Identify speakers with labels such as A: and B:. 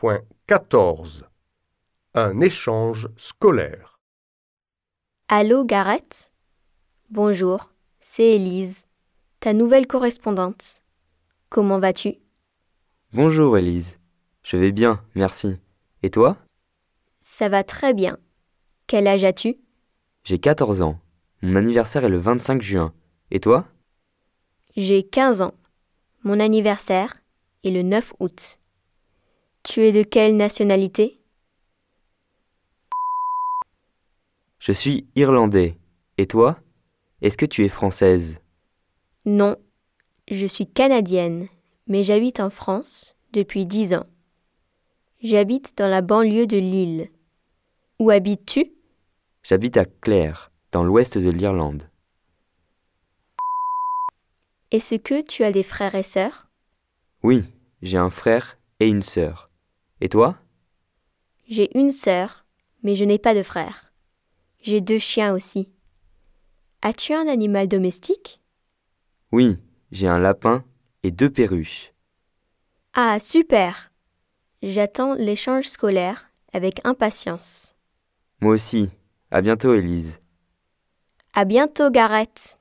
A: 4.14 Un échange scolaire.
B: Allô, Gareth Bonjour, c'est Élise, ta nouvelle correspondante. Comment vas-tu
C: Bonjour Elise. Je vais bien, merci. Et toi
B: Ça va très bien. Quel âge as-tu
C: J'ai 14 ans. Mon anniversaire est le 25 juin. Et toi
B: J'ai 15 ans. Mon anniversaire est le 9 août. Tu es de quelle nationalité
C: Je suis irlandais. Et toi Est-ce que tu es française
B: Non, je suis canadienne, mais j'habite en France depuis 10 ans. J'habite dans la banlieue de Lille. Où habites-tu
C: J'habite à Clare, dans l'ouest de l'Irlande.
B: Est-ce que tu as des frères et sœurs
C: Oui, j'ai un frère et une sœur. Et toi
B: J'ai une sœur, mais je n'ai pas de frère. J'ai deux chiens aussi. As-tu un animal domestique
C: Oui, j'ai un lapin et deux perruches.
B: Ah, super J'attends l'échange scolaire avec impatience.
C: Moi aussi. À bientôt Elise.
B: À bientôt, Gareth